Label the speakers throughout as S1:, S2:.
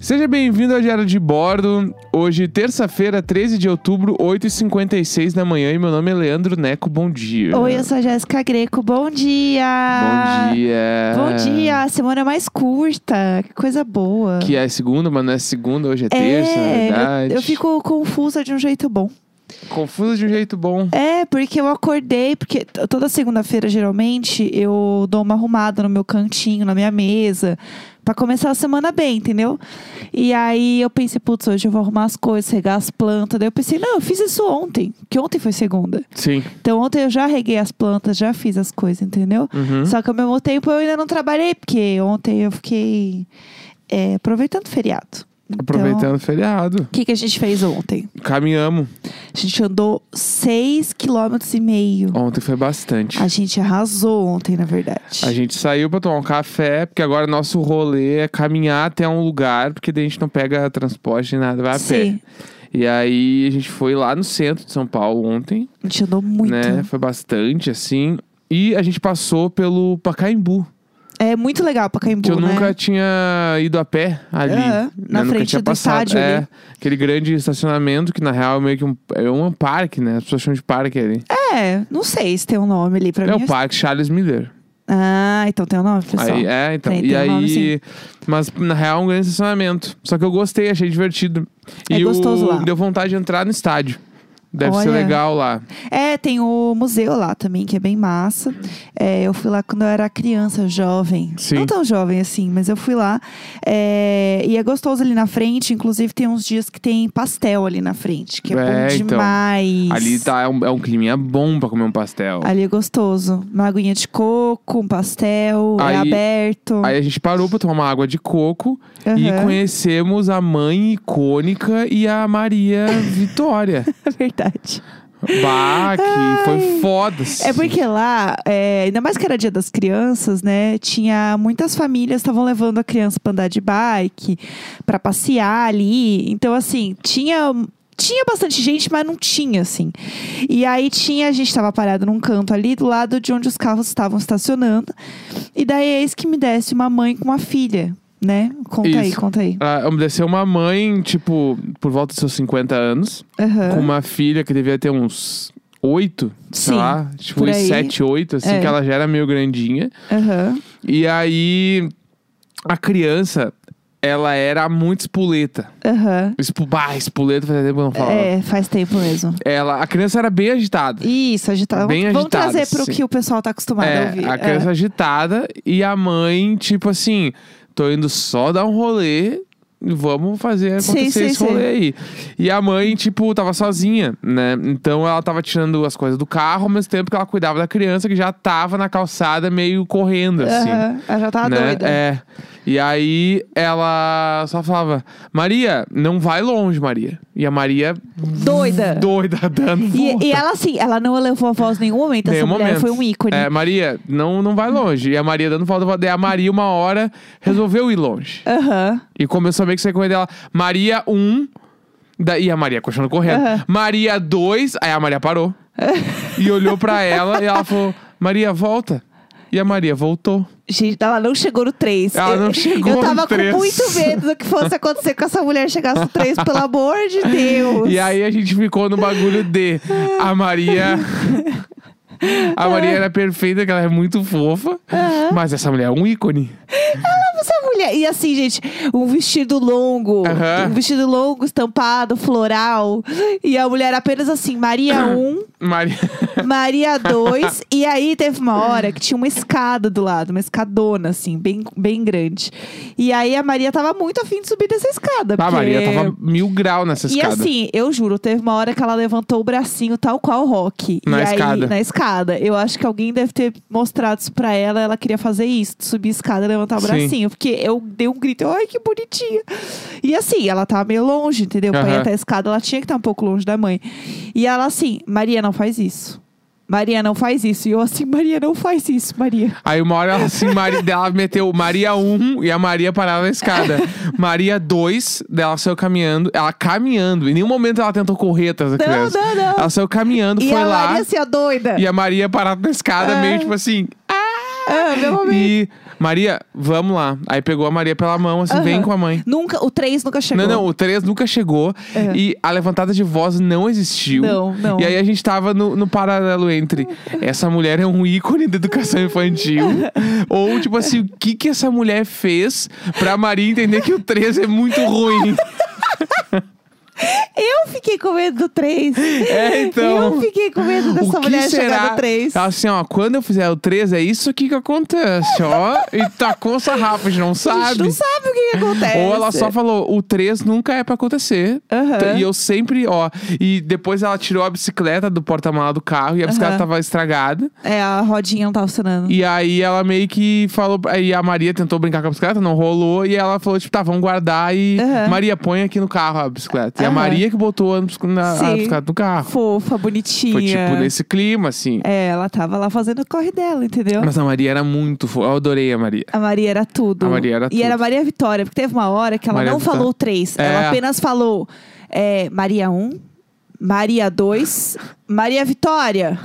S1: Seja bem-vindo ao Diário de Bordo. Hoje, terça-feira, 13 de outubro, 8h56 da manhã. E meu nome é Leandro Neco. Bom dia.
S2: Oi, eu sou a Jéssica Greco. Bom dia!
S1: Uhum. Bom dia.
S2: Bom dia! Semana é mais curta, que coisa boa.
S1: Que é segunda, mas não é segunda, hoje é, terça, na
S2: é, eu-
S1: verdade.
S2: eu, fico confusa de um jeito bom.
S1: Confuso de um jeito bom.
S2: É, porque eu acordei, porque t- toda segunda-feira, geralmente, eu dou uma arrumada no meu cantinho, na minha mesa, pra começar a semana bem, entendeu? E aí eu pensei, putz, hoje eu vou arrumar as coisas, regar as plantas. Daí eu pensei, não, eu fiz isso ontem, que ontem foi segunda.
S1: Sim.
S2: Então ontem eu já reguei as plantas, já fiz as coisas, entendeu?
S1: Uhum.
S2: Só que ao mesmo tempo eu ainda não trabalhei, porque ontem eu fiquei é, aproveitando o feriado. Então,
S1: Aproveitando o feriado.
S2: O que, que a gente fez ontem?
S1: Caminhamos.
S2: A gente andou 6,5 km.
S1: Ontem foi bastante.
S2: A gente arrasou ontem, na verdade.
S1: A gente saiu pra tomar um café, porque agora nosso rolê é caminhar até um lugar, porque daí a gente não pega transporte nem nada, vai a
S2: Sim,
S1: pé. E aí a gente foi lá no centro de São Paulo ontem,
S2: a gente andou muito.
S1: né? Foi bastante, assim. E a gente passou pelo Pacaembu,
S2: É muito legal pra Caimbu,
S1: que eu
S2: né?
S1: nunca tinha ido a pé ali.
S2: Aham,
S1: né?
S2: na
S1: nunca
S2: frente
S1: tinha
S2: do
S1: passado.
S2: estádio
S1: é,
S2: ali.
S1: aquele grande estacionamento que na real é meio que um, é um parque, né? As pessoas chamam de parque ali.
S2: É, não sei se tem um nome ali pra
S1: é
S2: mim.
S1: o Parque Charles Miller.
S2: Ah, então tem um nome, pessoal.
S1: Aí, é, então.
S2: Tem-
S1: e
S2: tem um
S1: aí.
S2: nome, sim.
S1: mas na real é um grande estacionamento. Só que eu gostei, achei divertido.
S2: É
S1: e o-
S2: gostoso lá.
S1: deu vontade de entrar no estádio. Deve ser
S2: Olha.
S1: legal lá.
S2: É, tem o museu lá também, que é bem massa. É, eu fui lá quando eu era criança, jovem.
S1: Sim.
S2: Não tão jovem assim, mas eu fui lá. É, e é gostoso ali na frente. Inclusive, tem uns dias que tem pastel ali na frente, que é,
S1: É,
S2: bom
S1: então.
S2: demais.
S1: Ali tá, é um, é um climinha bom pra comer um pastel.
S2: Ali é gostoso. Uma aguinha de coco, um pastel, é
S1: Aí-
S2: aberto.
S1: Aí a gente parou pra tomar uma água de coco e
S2: Aham.
S1: conhecemos a mãe icônica e a Maria Vitória.
S2: É verdade.
S1: bah, que foi foda.
S2: É porque lá, é, ainda mais que era dia das crianças, né? Tinha muitas famílias que estavam levando a criança pra andar de bike, pra passear ali. Então, assim, tinha. Tinha bastante gente, mas não tinha, assim. E aí tinha, a gente tava parado num canto ali, do lado de onde os carros estavam estacionando. E daí eis que me desce uma mãe com uma filha, né? Conta aí,
S1: Isso.
S2: conta aí.
S1: Ah, desceu uma mãe, tipo, por volta dos seus 50 anos. com
S2: Aham.
S1: uma filha que devia ter uns oito, sei
S2: Sim,
S1: lá, tipo
S2: por
S1: uns
S2: aí.
S1: sete, oito, assim,
S2: É.
S1: que ela já era meio grandinha.
S2: Aham.
S1: E aí a criança, ela era muito espuleta.
S2: Aham.
S1: Espu... Bah, espuleta fazia tempo que eu não falava.
S2: É, faz tempo mesmo.
S1: Ela, a criança era bem agitada.
S2: Isso, agitado.
S1: Bem
S2: Vamos
S1: agitado,
S2: trazer pro
S1: sim.
S2: que o pessoal tá acostumado a
S1: É,
S2: ouvir.
S1: a
S2: É.
S1: criança agitada e a mãe, tipo assim, tô indo só dar um rolê. e Vamos fazer
S2: Sim,
S1: acontecer
S2: sim,
S1: esse
S2: sim.
S1: rolê aí. E a mãe, tipo, tava sozinha, né? Então ela tava tirando as coisas do carro ao mesmo tempo que ela cuidava da criança que já tava na calçada meio correndo, assim.
S2: Aham, Ela já tava
S1: né?
S2: doida.
S1: É. E aí ela só falava: Maria, não vai longe, Maria. E a Maria.
S2: Doida.
S1: Doida, dando. volta.
S2: É. E, e ela, assim, ela não elevou a voz em nenhum momento.
S1: Nenhum
S2: Essa mulher
S1: momento.
S2: foi um ícone.
S1: É, Maria, não, não vai longe. E a Maria dando falta. Daí a Maria, uma hora, resolveu ir longe.
S2: Aham.
S1: E começou a meio que sair correndo dela. Maria 1. Um, da- e a Maria continuando correndo.
S2: Aham.
S1: Maria 2. Aí a Maria parou. e olhou pra ela e ela falou: Maria, volta. E a Maria voltou.
S2: Gente, ela não chegou no 3.
S1: Ela não chegou
S2: Eu tava
S1: no três.
S2: com muito medo do que fosse acontecer com essa mulher chegasse no 3, pelo amor de Deus.
S1: E aí a gente ficou no bagulho de a Maria. A Maria era perfeita, que ela é muito fofa. Mas essa mulher é um ícone.
S2: Essa mulher. E assim, gente, um vestido longo.
S1: Aham.
S2: Um vestido longo, estampado, floral. E a mulher apenas assim, Maria 1,
S1: Maria.
S2: Maria 2. e aí teve uma hora que tinha uma escada do lado, uma escadona, assim, bem, bem grande. E aí a Maria tava muito afim de subir dessa escada.
S1: A
S2: porque-
S1: Ah, Tá, Maria tava mil grau nessa
S2: E
S1: escada.
S2: assim, eu juro, teve uma hora que ela levantou o bracinho tal qual o Rock.
S1: Na
S2: e
S1: escada.
S2: Aí, na escada. Eu acho que alguém deve ter mostrado isso pra ela. Ela queria fazer isso, subir a escada e levantar o
S1: Sim.
S2: bracinho. Porque eu dei um grito, ai que bonitinha. E assim, ela tava meio longe, entendeu? Pra ir
S1: Aham.
S2: até a escada, ela tinha que estar um pouco longe da mãe. E ela assim, Maria, não faz isso. Maria, não faz isso. E eu assim, Maria, não faz isso, Maria.
S1: Aí uma hora ela assim, Maria, daí ela meteu Maria 1 e a Maria parava na escada. Maria 2, daí ela saiu caminhando. Ela caminhando. Em nenhum momento ela tentou correr atrás da
S2: Não,
S1: criança.
S2: não, não.
S1: Ela saiu caminhando,
S2: e
S1: foi
S2: a
S1: lá.
S2: Maria, assim, a doida.
S1: E a Maria parada na escada,
S2: Ah.
S1: meio tipo assim. "Ah!"
S2: Ah, meu momento.
S1: E Maria, vamos lá. Aí pegou a Maria pela mão, assim,
S2: Aham.
S1: vem com a mãe.
S2: Nunca, o 3 nunca chegou.
S1: Não, não, o 3 nunca chegou
S2: É.
S1: e a levantada de voz não existiu.
S2: Não, não.
S1: E aí a gente tava no, no paralelo entre essa mulher é um ícone da educação infantil, ou tipo assim, o que que essa mulher fez pra Maria entender que o 3 é muito ruim?
S2: Eu fiquei com medo do 3.
S1: É, então.
S2: Eu fiquei com medo
S1: o
S2: dessa
S1: que
S2: mulher é chegar
S1: será?
S2: no 3.
S1: Ela assim, ó, quando eu fizer o 3 é isso aqui que acontece, ó. E tacou o sarrafo, a gente não sabe.
S2: A gente não sabe o que, que acontece.
S1: Ou ela só falou, o 3 nunca é pra acontecer.
S2: Aham.
S1: T- E eu sempre, ó. E depois ela tirou a bicicleta do porta-mala do carro e a bicicleta
S2: Aham.
S1: tava estragada.
S2: É, a rodinha não tava funcionando.
S1: E aí ela meio que falou. E a Maria tentou brincar com a bicicleta, não rolou. E ela falou, tipo, tá, vamos guardar e.
S2: Aham.
S1: Maria, põe aqui no carro a bicicleta. E a
S2: Aham.
S1: Maria que botou a, bicic- na- a
S2: Sim.
S1: bicicleta no carro.
S2: Fofa, bonitinha.
S1: Foi tipo nesse clima, assim.
S2: É, ela tava lá fazendo o corre dela, entendeu?
S1: Mas a Maria era muito fo- Eu adorei a Maria.
S2: A Maria era tudo.
S1: A Maria era
S2: e
S1: tudo.
S2: era Maria Vitória, porque teve uma hora que ela
S1: Maria
S2: não
S1: Vitória.
S2: falou três.
S1: É.
S2: Ela apenas falou é, Maria 1, Maria 2, Maria Vitória.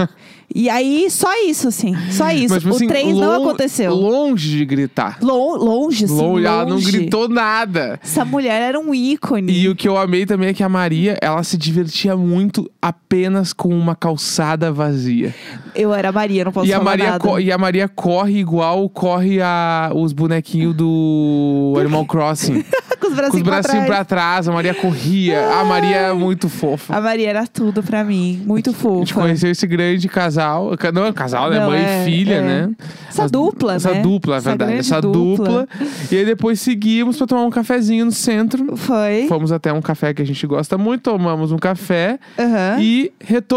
S2: E aí, só isso, assim. Só isso.
S1: Mas, tipo,
S2: o
S1: assim,
S2: três
S1: lon-
S2: não aconteceu.
S1: Longe de gritar.
S2: Lon- longe, assim,
S1: longe. Ela não
S2: longe.
S1: gritou nada.
S2: Essa mulher era um ícone.
S1: E o que eu amei também é que a Maria, ela se divertia muito apenas com uma calçada vazia.
S2: Eu era Maria, não posso
S1: E a,
S2: falar
S1: Maria
S2: nada.
S1: co- e a Maria corre igual corre a, os bonequinhos do Animal Crossing.
S2: Tá Com os
S1: com os
S2: bracinhos pra
S1: bracinhos
S2: trás.
S1: pra trás, a Maria corria. A Maria é muito fofa.
S2: A Maria era tudo pra mim. Muito
S1: A
S2: fofa.
S1: gente conheceu esse grande casal. ca- Não, casal, né?
S2: Não,
S1: Mãe
S2: é,
S1: e filha,
S2: é.
S1: né?
S2: Essa
S1: As-
S2: dupla,
S1: Essa
S2: né?
S1: dupla, é
S2: Essa
S1: verdade.
S2: grande
S1: Essa
S2: dupla.
S1: dupla. E aí depois seguimos pra tomar um cafezinho no centro.
S2: Foi.
S1: Fomos até um café que a gente gosta muito, tomamos um café.
S2: Aham.
S1: E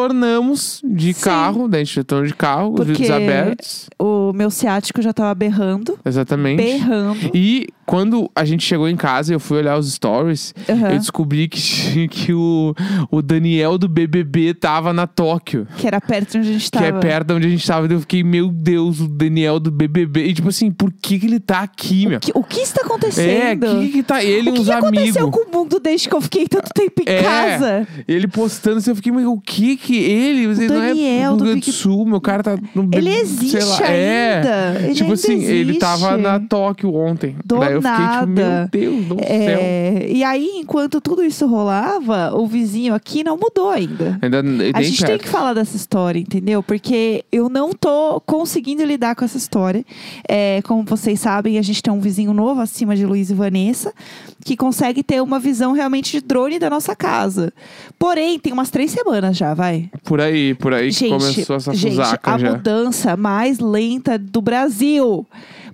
S1: retornamos de
S2: Sim.
S1: carro, daí a gente retornou de carro, os
S2: Porque-
S1: vidros abertos.
S2: O meu ciático já tava berrando.
S1: Exatamente.
S2: Berrando.
S1: E quando a gente chegou em casa, eu fui olhar os stories,
S2: Aham.
S1: eu descobri que, que o, o Daniel do BBB tava na Tóquio.
S2: Que era perto de onde a gente tava.
S1: Que é perto de onde a gente tava. E eu fiquei, meu Deus, o Daniel do BBB. E tipo assim, por que, que ele tá aqui, meu?
S2: Que- o que está
S1: é, o
S2: acontecendo?
S1: que, que tá? Ele e
S2: o que,
S1: uns
S2: que
S1: amigos.
S2: aconteceu com o mundo desde que eu fiquei tanto tempo em
S1: É.
S2: casa?
S1: Ele postando, assim, eu fiquei, mas o que que ele? ele
S2: Daniel
S1: não é
S2: do
S1: Rio Grande
S2: Big-
S1: do Sul, meu cara tá no Big-
S2: Ele existe
S1: sei lá, É.
S2: ainda. Ele
S1: tipo
S2: ainda
S1: assim, ele
S2: existe.
S1: tava na Tóquio ontem.
S2: Do
S1: Daí eu fiquei tipo, meu
S2: nada.
S1: Deus do céu.
S2: É, e aí, enquanto tudo isso rolava, o vizinho aqui não mudou ainda.
S1: Ainda É, nem
S2: A gente tem
S1: perto.
S2: que falar dessa história, entendeu? Porque eu não tô conseguindo lidar com essa história. É, como vocês sabem, a gente tem um vizinho novo acima de Luiz e Vanessa, que consegue ter uma visão realmente de drone da nossa casa. Porém, tem umas três semanas já, vai.
S1: Por aí, por aí que
S2: gente,
S1: começou essa
S2: gente,
S1: fusaca
S2: a
S1: já.
S2: mudança mais lenta do Brasil.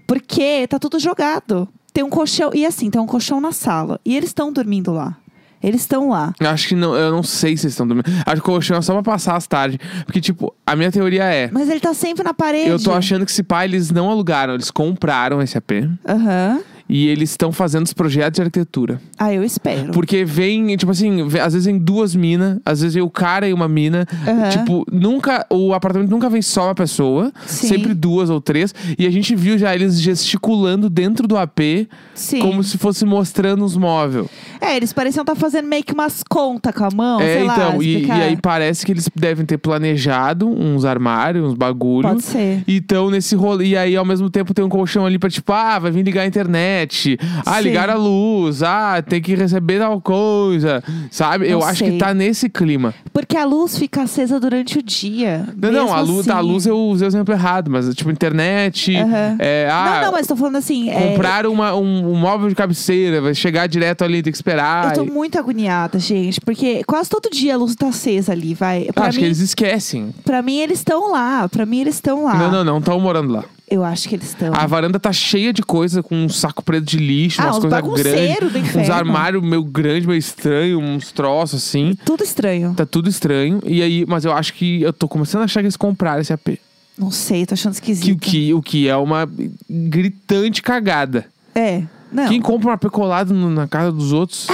S2: Porque tá tudo jogado. Tem um colchão. E assim, tem um colchão na sala. E eles estão dormindo lá. Eles estão lá.
S1: Acho que não, eu não sei se vocês estão dormindo. Acho que o colchão é só pra passar as tardes. Porque, tipo, a minha teoria é.
S2: Mas ele tá sempre na parede.
S1: Eu tô achando que esse pai, eles não alugaram, eles compraram esse AP
S2: Aham.
S1: e eles estão fazendo os projetos de arquitetura.
S2: Ah, eu espero.
S1: Porque vem, tipo assim, vem- às vezes vem duas minas, às vezes vem o cara e uma mina.
S2: Aham.
S1: Tipo, nunca, o apartamento nunca vem só uma pessoa,
S2: Sim.
S1: sempre duas ou três. E a gente viu já eles gesticulando dentro do AP,
S2: Sim.
S1: como se fosse mostrando os móveis.
S2: É, eles pareciam estar fazendo meio que umas contas com a mão,
S1: é,
S2: sei lá,
S1: então, e, e
S2: explicar.
S1: aí parece que eles devem ter planejado uns armários, uns bagulho.
S2: Pode ser.
S1: Então, nesse rolê. E aí, ao mesmo tempo, tem um colchão ali pra tipo, ah, vai vir ligar a internet. Ah,
S2: Sim.
S1: ligar a luz. Ah, tem que receber tal coisa. Sabe? Eu
S2: Não
S1: acho que
S2: sei.
S1: tá nesse clima.
S2: Porque a luz fica acesa durante o dia.
S1: Não, não, a luz, a luz eu usei o exemplo errado, mas tipo, internet.
S2: assim. Aham.
S1: é, ah,
S2: não, não, mas tô falando assim. é,
S1: comprar uma- um, um móvel de cabeceira, vai chegar direto ali, tem que esperar.
S2: eu tô
S1: E-
S2: muito agoniada, gente, porque quase todo dia a luz tá acesa ali, vai.
S1: Ah,
S2: Pra,
S1: acho
S2: mim,
S1: que eles esquecem.
S2: pra mim, eles estão lá. Pra mim, eles estão lá.
S1: Não, não, não, estão morando lá.
S2: Eu acho que eles estão.
S1: A varanda tá cheia de coisa, com um saco preto de lixo,
S2: Ah,
S1: umas
S2: uns
S1: coisas
S2: bagunceiros
S1: grandes.
S2: do inferno.
S1: Uns armários meio grande, meio estranho, uns troços assim.
S2: Tudo estranho.
S1: Tá tudo estranho. E aí, mas eu acho que eu tô começando a achar que eles compraram esse AP.
S2: Não sei, tô achando
S1: Que,
S2: esquisito.
S1: o que, o que é uma gritante cagada.
S2: É. Não.
S1: Quem
S2: Quem...
S1: compra um AP colado no- na casa dos outros,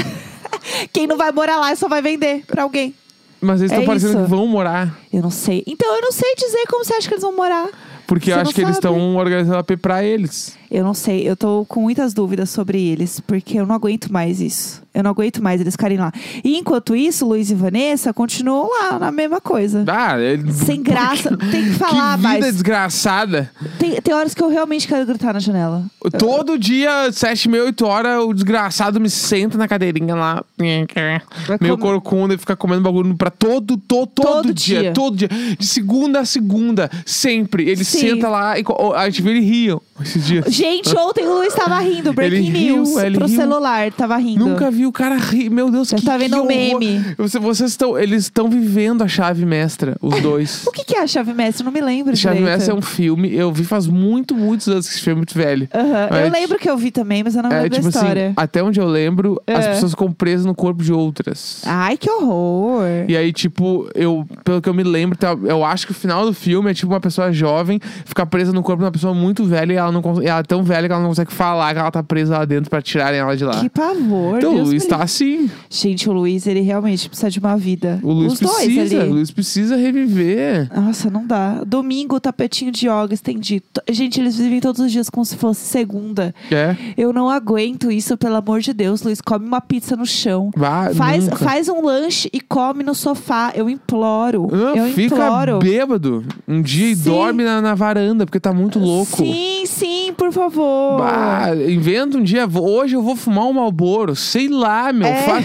S2: não vai morar lá só vai vender pra alguém.
S1: mas eles
S2: É
S1: estão parecendo
S2: isso.
S1: que vão morar.
S2: Eu não sei. Então eu não sei dizer como você acha que eles vão morar.
S1: Porque eu
S2: Você
S1: acho
S2: não
S1: que eles
S2: sabe.
S1: estão organizando AP pra eles.
S2: Eu não sei, eu tô com muitas dúvidas sobre eles, porque eu não aguento mais isso. Eu não aguento mais eles ficarem lá. E enquanto isso, Luiz e Vanessa continuam lá na mesma coisa.
S1: Ah, ele-
S2: Sem graça. Tem que falar
S1: que vida
S2: mais.
S1: desgraçada.
S2: Tem, tem horas que eu realmente quero gritar na janela.
S1: Todo dia, sete, meia, oito horas, o desgraçado me senta na cadeirinha lá. Meu
S2: comer.
S1: corcunda e fica comendo bagulho pra todo, to, todo,
S2: Todo
S1: dia,
S2: dia.
S1: Todo dia. De segunda a segunda, sempre. Ele
S2: Sim.
S1: senta lá e co- a gente vê ele rio esses dias.
S2: Gente, ontem o Luiz tava rindo. Breaking
S1: Ele riu,
S2: news.
S1: ele
S2: pro
S1: riu.
S2: celular, tava rindo.
S1: Nunca vi o cara rir. Meu Deus,
S2: Eu
S1: que
S2: tava vendo
S1: que
S2: um
S1: horror.
S2: meme.
S1: Você- Vocês estão. Eles estão vivendo a chave mestra, os dois.
S2: O que, que é a chave mestre? Eu Não me lembro
S1: Chave
S2: direito.
S1: Mestra é um filme, eu vi faz muito, muitos anos que esse filme é muito velho.
S2: Aham.
S1: É,
S2: Eu lembro que eu vi também, mas eu não
S1: É,
S2: lembro
S1: tipo
S2: a
S1: assim,
S2: história.
S1: até onde eu lembro, as
S2: É.
S1: pessoas ficam presas no corpo de outras.
S2: Ai, que horror.
S1: E aí, tipo, eu, pelo que eu me lembro, tá- eu acho que o final do filme é tipo uma pessoa jovem ficar presa no corpo de uma pessoa muito velha e ela, não, cons- e ela é tão velha que ela não consegue falar que ela tá presa lá dentro pra tirarem ela de lá.
S2: Que pavor.
S1: então, o
S2: Deus me
S1: Luiz tá assim.
S2: livre. Gente, o Luiz, ele realmente precisa de uma vida.
S1: O Luiz
S2: Os dois
S1: precisa.
S2: ali.
S1: O Luiz precisa reviver.
S2: Nossa, não dá. Domingo, tapetinho de yoga estendido. T- Gente, eles vivem todos os dias como se fosse segunda.
S1: É.
S2: Eu não aguento isso, pelo amor de Deus, Luiz. Come uma pizza no chão.
S1: Vá,
S2: Faz,
S1: nunca.
S2: faz um lanche e come no sofá. Eu imploro.
S1: Não,
S2: eu
S1: Ah, fica
S2: imploro.
S1: bêbado um dia e
S2: Sim.
S1: dorme na, na varanda, porque tá muito louco.
S2: Sim, sim, por favor.
S1: Bah, inventa um dia, vou- hoje eu vou fumar um Malboro, sei lá, meu.
S2: É.
S1: Faz,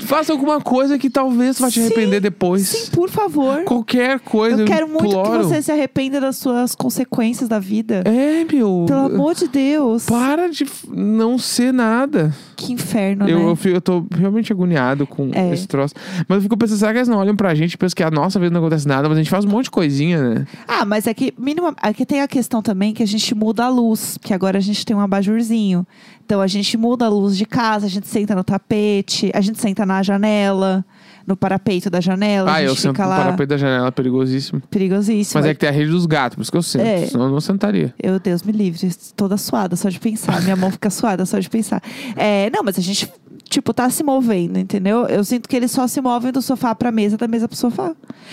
S1: faça alguma coisa que talvez tu vá te
S2: Sim,
S1: arrepender depois.
S2: Sim, por favor.
S1: Qualquer coisa.
S2: Eu quero muito que
S1: imploro.
S2: você se arrependa das suas consequências da vida.
S1: É, meu.
S2: Pelo amor de Deus.
S1: Para de f- não ser nada.
S2: Que inferno,
S1: Eu,
S2: né?
S1: eu, fi- eu tô realmente agoniado com
S2: É.
S1: esse troço. Mas eu fico pensando, será que eles não olham pra gente e pensam que a nossa vida não acontece nada, mas a gente faz um monte de coisinha, né?
S2: Ah, mas é que minima, aqui tem a questão também que a gente muda a luz, que agora a gente tem um abajurzinho. Então a gente muda a luz de casa, a gente senta no tapete, a gente senta na janela, no parapeito da janela, Então a
S1: ah,
S2: gente
S1: eu
S2: fica
S1: sento no
S2: lá
S1: parapeito da janela, perigosíssimo.
S2: perigosíssimo.
S1: Mas é que tem a rede dos gatos, por isso que eu sento.
S2: É.
S1: Senão eu não sentaria.
S2: Eu, Deus me livre, toda suada só de pensar. Minha mão fica suada só de pensar. É, não, mas a gente, tipo, tá se movendo, entendeu? Eu sinto que eles só se movem do sofá pra mesa, da mesa pro sofá.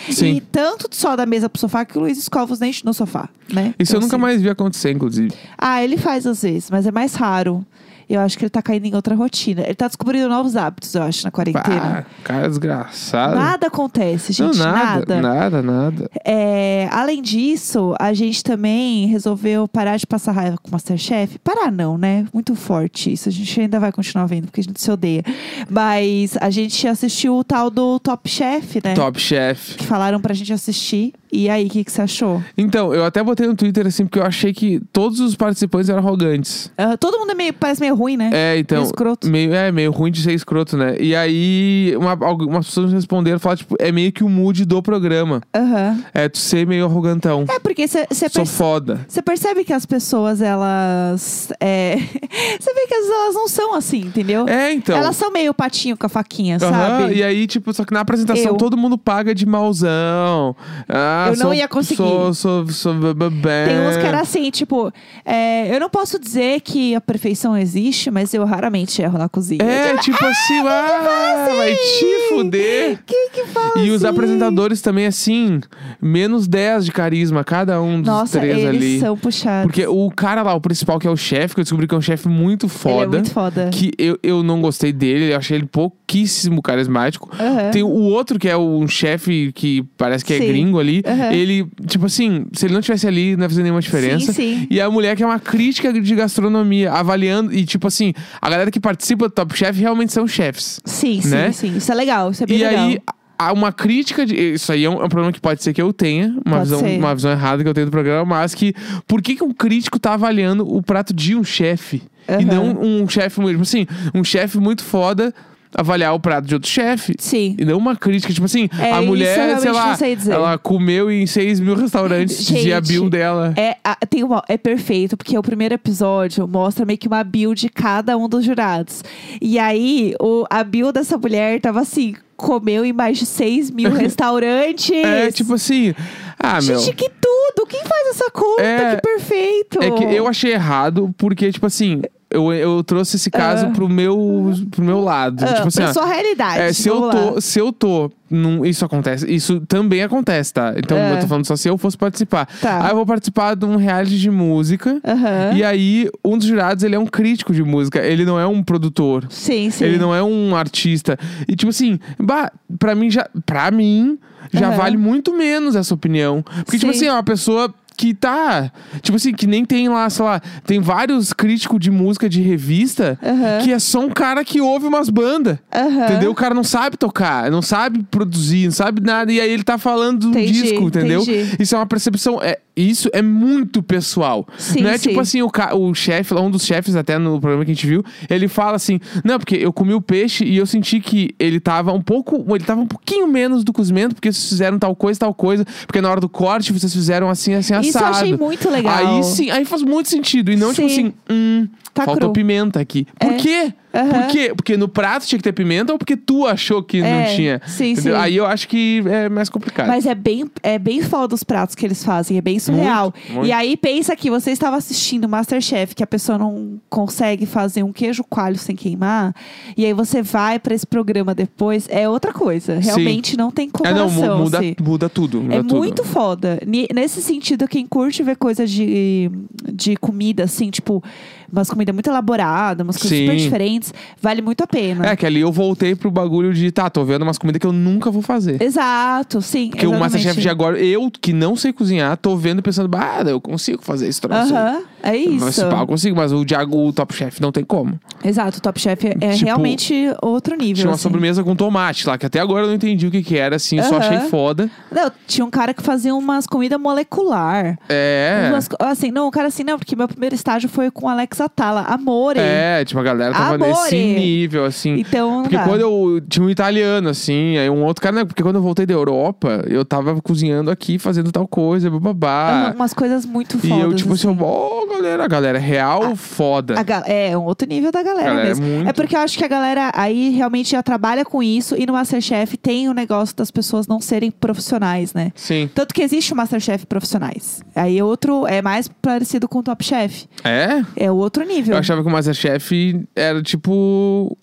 S1: Sim.
S2: E tanto só da mesa pro sofá que o Luiz escova os dentes no sofá, né?
S1: Isso eu nunca
S2: assim,
S1: mais vi acontecer, inclusive.
S2: Ah, ele faz às vezes, mas é mais raro. Eu acho que ele tá caindo em outra rotina. Ele tá descobrindo novos hábitos, eu acho, na quarentena.
S1: Pá, cara desgraçado.
S2: Nada acontece,
S1: Ah, Não,
S2: gente,
S1: nada, nada, nada.
S2: É, além disso, a gente também resolveu parar de passar raiva com o Masterchef. Parar não, né? Muito forte isso. A gente ainda vai continuar vendo, porque a gente se odeia. Mas a gente assistiu o tal do Top Chef, né?
S1: Top Chef.
S2: Que falaram pra gente assistir. E aí, o que, que você achou?
S1: Então, eu até botei no Twitter assim, porque eu achei que todos os participantes eram arrogantes.
S2: Ah, todo mundo é meio, parece meio ruim, né?
S1: É, então.
S2: Meio escroto.
S1: meio- é, meio ruim de ser escroto, né? E aí, uma, algumas pessoas me responderam, falaram, tipo, é meio que o mood do programa.
S2: Aham.
S1: É tu ser meio arrogantão.
S2: É, porque você
S1: Sou
S2: percebe.
S1: foda.
S2: Você percebe que as pessoas, elas. é, Você vê que às vezes elas não são assim, entendeu?
S1: É, então.
S2: Elas são meio patinho com a faquinha,
S1: Aham,
S2: sabe?
S1: E aí, tipo, só que na apresentação
S2: Eu.
S1: todo mundo paga de mauzão. Ah,
S2: Eu não
S1: sou-
S2: ia conseguir.
S1: Sou, sou, sou, bebê.
S2: Tem uns que era assim, tipo, é, eu não posso dizer que a perfeição existe, mas eu raramente erro na cozinha.
S1: É, tipo assim, ah, vai te fuder.
S2: Quem que fala
S1: E os
S2: assim?
S1: apresentadores também, assim, menos 10 de carisma, cada um dos
S2: Nossa,
S1: três
S2: eles
S1: ali.
S2: são puxados.
S1: Porque o cara lá, o principal, que é o chefe, que eu descobri que é um chefe muito
S2: Ele é
S1: foda.
S2: muito foda.
S1: Que eu, eu não gostei dele, eu achei ele pouquíssimo carismático.
S2: Aham.
S1: Tem o outro, que é um chefe que parece que é
S2: Sim.
S1: gringo ali.
S2: Aham.
S1: Ele, tipo assim, se ele não tivesse ali, não ia fazer nenhuma diferença.
S2: Sim, sim.
S1: E a mulher que é uma crítica de gastronomia, avaliando. E, tipo assim, a galera que participa do Top Chef realmente são chefes.
S2: Sim, sim,
S1: né?
S2: sim. Isso é legal, isso é bem
S1: E
S2: legal.
S1: aí, há uma crítica de. Isso aí é um, é um problema que pode ser que eu tenha, uma
S2: Pode
S1: visão,
S2: ser.
S1: uma visão errada que eu tenho do programa, mas que por que, que um crítico tá avaliando o prato de um chefe? E
S2: Aham.
S1: não um chefe mesmo. Assim, um chefe muito foda avaliar o prato de outro chefe.
S2: Sim.
S1: E não uma crítica, tipo assim,
S2: É,
S1: a
S2: isso eu
S1: mulher,
S2: realmente
S1: sei
S2: não
S1: lá,
S2: sei dizer.
S1: ela comeu em 6 mil restaurantes
S2: Gente,
S1: de a bill dela.
S2: É, a- tem uma- é perfeito, porque o primeiro episódio mostra meio que uma bio de cada um dos jurados. E aí, o, a bio dessa mulher tava assim: comeu em mais de 6 mil restaurantes.
S1: É, tipo assim, ah, meu.
S2: Gente, que tudo! Quem faz essa conta?
S1: É.
S2: que perfeito!
S1: É que eu achei errado, porque, tipo assim, eu, eu trouxe esse caso pro, meu, pro meu lado.
S2: Ah,
S1: tipo assim,
S2: pra
S1: ó,
S2: sua realidade.
S1: é, se, eu
S2: vamos lá.
S1: tô, se eu tô. num- isso acontece. Isso também acontece, tá? Então
S2: É.
S1: eu tô falando só se eu fosse participar.
S2: Tá.
S1: Aí eu vou participar de um reality de música.
S2: Aham.
S1: E aí, um dos jurados, ele é um crítico de música. Ele não é um produtor.
S2: Sim, sim.
S1: Ele não é um artista. E tipo assim, bah, pra mim já. Pra mim, já
S2: Aham.
S1: vale muito menos essa opinião. Porque, tipo
S2: Sim.
S1: assim, é uma pessoa. Que tá. Tipo assim, que nem tem lá, sei lá, tem vários críticos de música de revista
S2: Aham. É.
S1: que é só um cara que ouve umas bandas.
S2: Aham.
S1: Entendeu? O cara não sabe tocar, não sabe produzir, não sabe nada. E aí ele tá falando de um
S2: Entendi,
S1: disco, entendeu?
S2: entendi.
S1: Isso é uma percepção. É, isso é muito pessoal.
S2: Sim,
S1: não é
S2: sim.
S1: tipo assim, o, ca- o chefe, lá, um dos chefes até no programa que a gente viu, ele fala assim: Não, porque eu comi o peixe e eu senti que ele tava um pouco. Ele tava um pouquinho menos do cozimento, porque vocês fizeram tal coisa, tal coisa, porque na hora do corte vocês fizeram assim, assim, assado.
S2: Isso eu achei muito legal.
S1: Aí sim, aí faz muito sentido. E não tipo
S2: Sim.
S1: assim, hum,
S2: Tá
S1: faltou
S2: cru. É.
S1: pimenta aqui. Por quê?
S2: Aham.
S1: Por quê? Porque no prato tinha que ter pimenta ou porque tu achou que não
S2: É,
S1: tinha?
S2: sim,
S1: Entendeu?
S2: sim.
S1: Aí eu acho que é mais complicado.
S2: Mas é bem, é bem foda os pratos que eles fazem, é bem surreal.
S1: muito.
S2: E aí pensa que você estava assistindo Masterchef, que a pessoa não consegue fazer um queijo coalho sem queimar, e aí você vai pra esse programa depois, é outra coisa. Realmente não tem
S1: é, não,
S2: comparação.
S1: mu- muda,
S2: assim.
S1: muda tudo. Muda
S2: É
S1: tudo.
S2: muito foda. Ni- Nesse sentido, quem curte ver coisa de, de comida, assim, tipo, umas comidas muito elaboradas, umas coisas
S1: Sim.
S2: super diferentes, vale muito a pena.
S1: É que ali eu voltei pro bagulho de, tá, tô vendo umas comidas que eu nunca vou fazer.
S2: Exato, sim.
S1: Porque o
S2: exatamente.
S1: Masterchef de agora, eu que não sei cozinhar, tô vendo e pensando, bah, eu consigo fazer esse troço. aí.
S2: Aham, é
S1: Mas,
S2: isso.
S1: pá, eu consigo, mas o, de, ag- o Top Chef não tem como.
S2: Exato, o Top Chef é
S1: Tipo,
S2: realmente outro nível.
S1: Tinha uma
S2: assim.
S1: sobremesa com tomate lá, que até agora eu não entendi o que que era, assim, só
S2: Aham.
S1: achei foda.
S2: Não, tinha um cara que fazia umas comidas molecular.
S1: É.
S2: Umas co- assim, não, o cara assim, não, porque meu primeiro estágio foi com Alex Atala. Amore.
S1: É, tipo, a galera tava
S2: Amore.
S1: nesse nível, assim.
S2: Então, não
S1: Porque
S2: dá.
S1: quando eu tinha um italiano, assim, aí um outro cara, né? Porque quando eu voltei da Europa, eu tava cozinhando aqui, fazendo tal coisa,
S2: Aham,
S1: bababá.
S2: Umas coisas muito
S1: e
S2: fodas.
S1: eu, tipo assim,
S2: assim.
S1: ó, galera, a galera, é real foda.
S2: A ga- É, é um outro nível da galera,
S1: Galera, é
S2: mesmo.
S1: muito.
S2: É porque eu acho que a galera aí realmente já trabalha com isso e no Masterchef tem o negócio das pessoas não serem profissionais, né?
S1: Sim.
S2: Tanto que existe o Masterchef profissionais. Aí outro é mais parecido com o Top Chef.
S1: É?
S2: É o outro nível.
S1: Eu achava que o Masterchef era, tipo,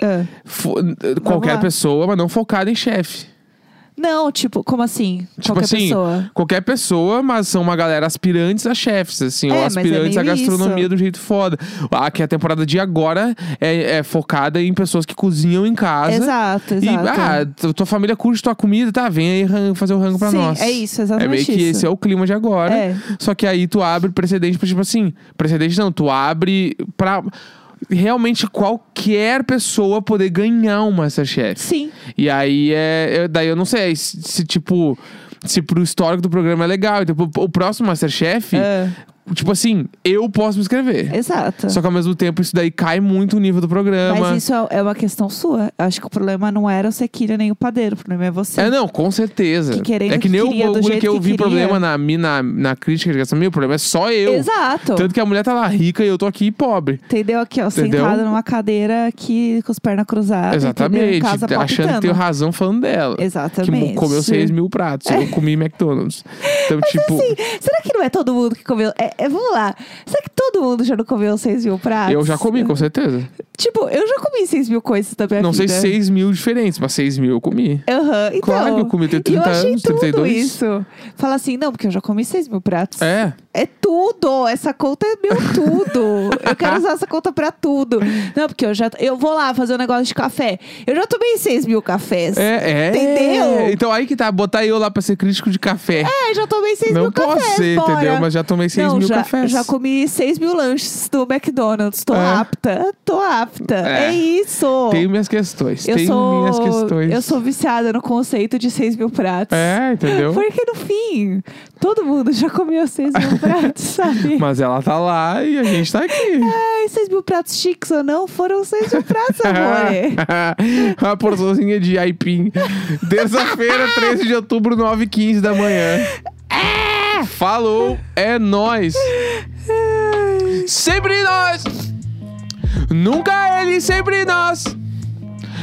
S2: Ah.
S1: fo- qualquer
S2: lá.
S1: pessoa, mas não focada em chefe.
S2: Não, tipo, como assim?
S1: Tipo
S2: Qualquer
S1: assim,
S2: pessoa.
S1: qualquer pessoa, mas são uma galera aspirantes a chefes, assim,
S2: É,
S1: ou
S2: mas é
S1: aspirantes à
S2: meio
S1: gastronomia
S2: isso.
S1: do jeito foda. A, que a temporada de agora é, é focada em pessoas que cozinham em casa.
S2: Exato,
S1: E,
S2: exato. tá.
S1: ah, tu- tua família curte tua comida, tá? Vem aí ran- fazer o rango pra
S2: Sim,
S1: nós.
S2: é isso,
S1: É
S2: exatamente
S1: meio que
S2: isso.
S1: esse é o clima de agora.
S2: É.
S1: Só que aí tu abre precedente pra, tipo assim, precedente não, tu abre pra realmente qualquer pessoa poder ganhar um Masterchef.
S2: Sim.
S1: E aí é. eu- daí eu não sei se, se, tipo. Se pro histórico do programa é legal. Então, o, o próximo Masterchef,
S2: É.
S1: tipo assim, eu posso me inscrever.
S2: Exato.
S1: Só que ao mesmo tempo isso daí cai muito o nível do programa.
S2: Mas isso é- é uma questão sua. Eu acho que o problema não era o Sequilha nem o padeiro. O problema é você.
S1: É, não, com certeza.
S2: Que querendo
S1: é que
S2: que
S1: nem
S2: queria,
S1: o
S2: do
S1: bagulho
S2: jeito
S1: que eu
S2: que
S1: vi
S2: queria.
S1: problema na, mi- na, na crítica de gastronomia, o problema é só eu.
S2: Exato.
S1: Tanto que a mulher tá lá rica e eu tô aqui pobre.
S2: Entendeu? Aqui, ó,
S1: Entendeu?
S2: sentado numa cadeira aqui com as pernas cruzadas. entendeu? Tá Em
S1: Exatamente. tá
S2: casa
S1: Achando que tenho
S2: palpitando.
S1: razão falando dela.
S2: Exatamente.
S1: Que comeu 6 mil pratos. Eu comi McDonald's. Então, tipo.
S2: Sim, será que não é todo mundo que comeu? É, é, vamos lá. Será que todo mundo já não comeu 6 mil pratos?
S1: Eu já comi,
S2: assim,
S1: com certeza.
S2: Tipo, eu já comi 6 mil coisas da minha
S1: Não sei
S2: vida.
S1: se 6 mil diferentes, mas 6 mil eu comi.
S2: Aham, então.
S1: Claro que eu comi, eu tenho
S2: e
S1: 30
S2: eu achei
S1: anos,
S2: tudo
S1: 32.
S2: isso. Fala assim, não, porque eu já comi 6 mil pratos.
S1: É.
S2: É tudo, essa conta é meu tudo. eu quero usar essa conta pra tudo. Não, porque eu já. Eu vou lá fazer um negócio de café. Eu já tomei 6 mil cafés.
S1: É, é.
S2: Entendeu?
S1: Então aí que tá, botar eu lá pra ser crítico de café.
S2: É, já tomei 6
S1: Não
S2: mil
S1: posso
S2: cafés.
S1: ser,
S2: bora.
S1: entendeu? Mas já tomei 6
S2: Não,
S1: mil
S2: já,
S1: cafés.
S2: Já comi 6 mil lanches do McDonald's. Tô
S1: É.
S2: apta. Tô apta.
S1: É.
S2: É, isso.
S1: Tenho minhas questões.
S2: eu
S1: tenho
S2: sou,
S1: minhas questões.
S2: Eu sou viciada no conceito de 6 mil pratos.
S1: É, entendeu?
S2: Porque no fim, todo mundo já comeu 6 mil pratos, sabe?
S1: Mas ela tá lá e a gente tá aqui.
S2: Ai, 6 mil pratos chiques ou não, foram 6 mil pratos, amor. É,
S1: Uma porçãozinha de aipim. Terça-feira, 13 de outubro, 9h15 da manhã. Falou, é nós. Sempre nós! Nunca ele, sempre nós!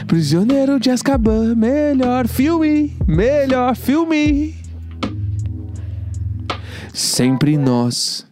S1: Prisioneiro de Azkaban, melhor filme, melhor filme. Sempre nós.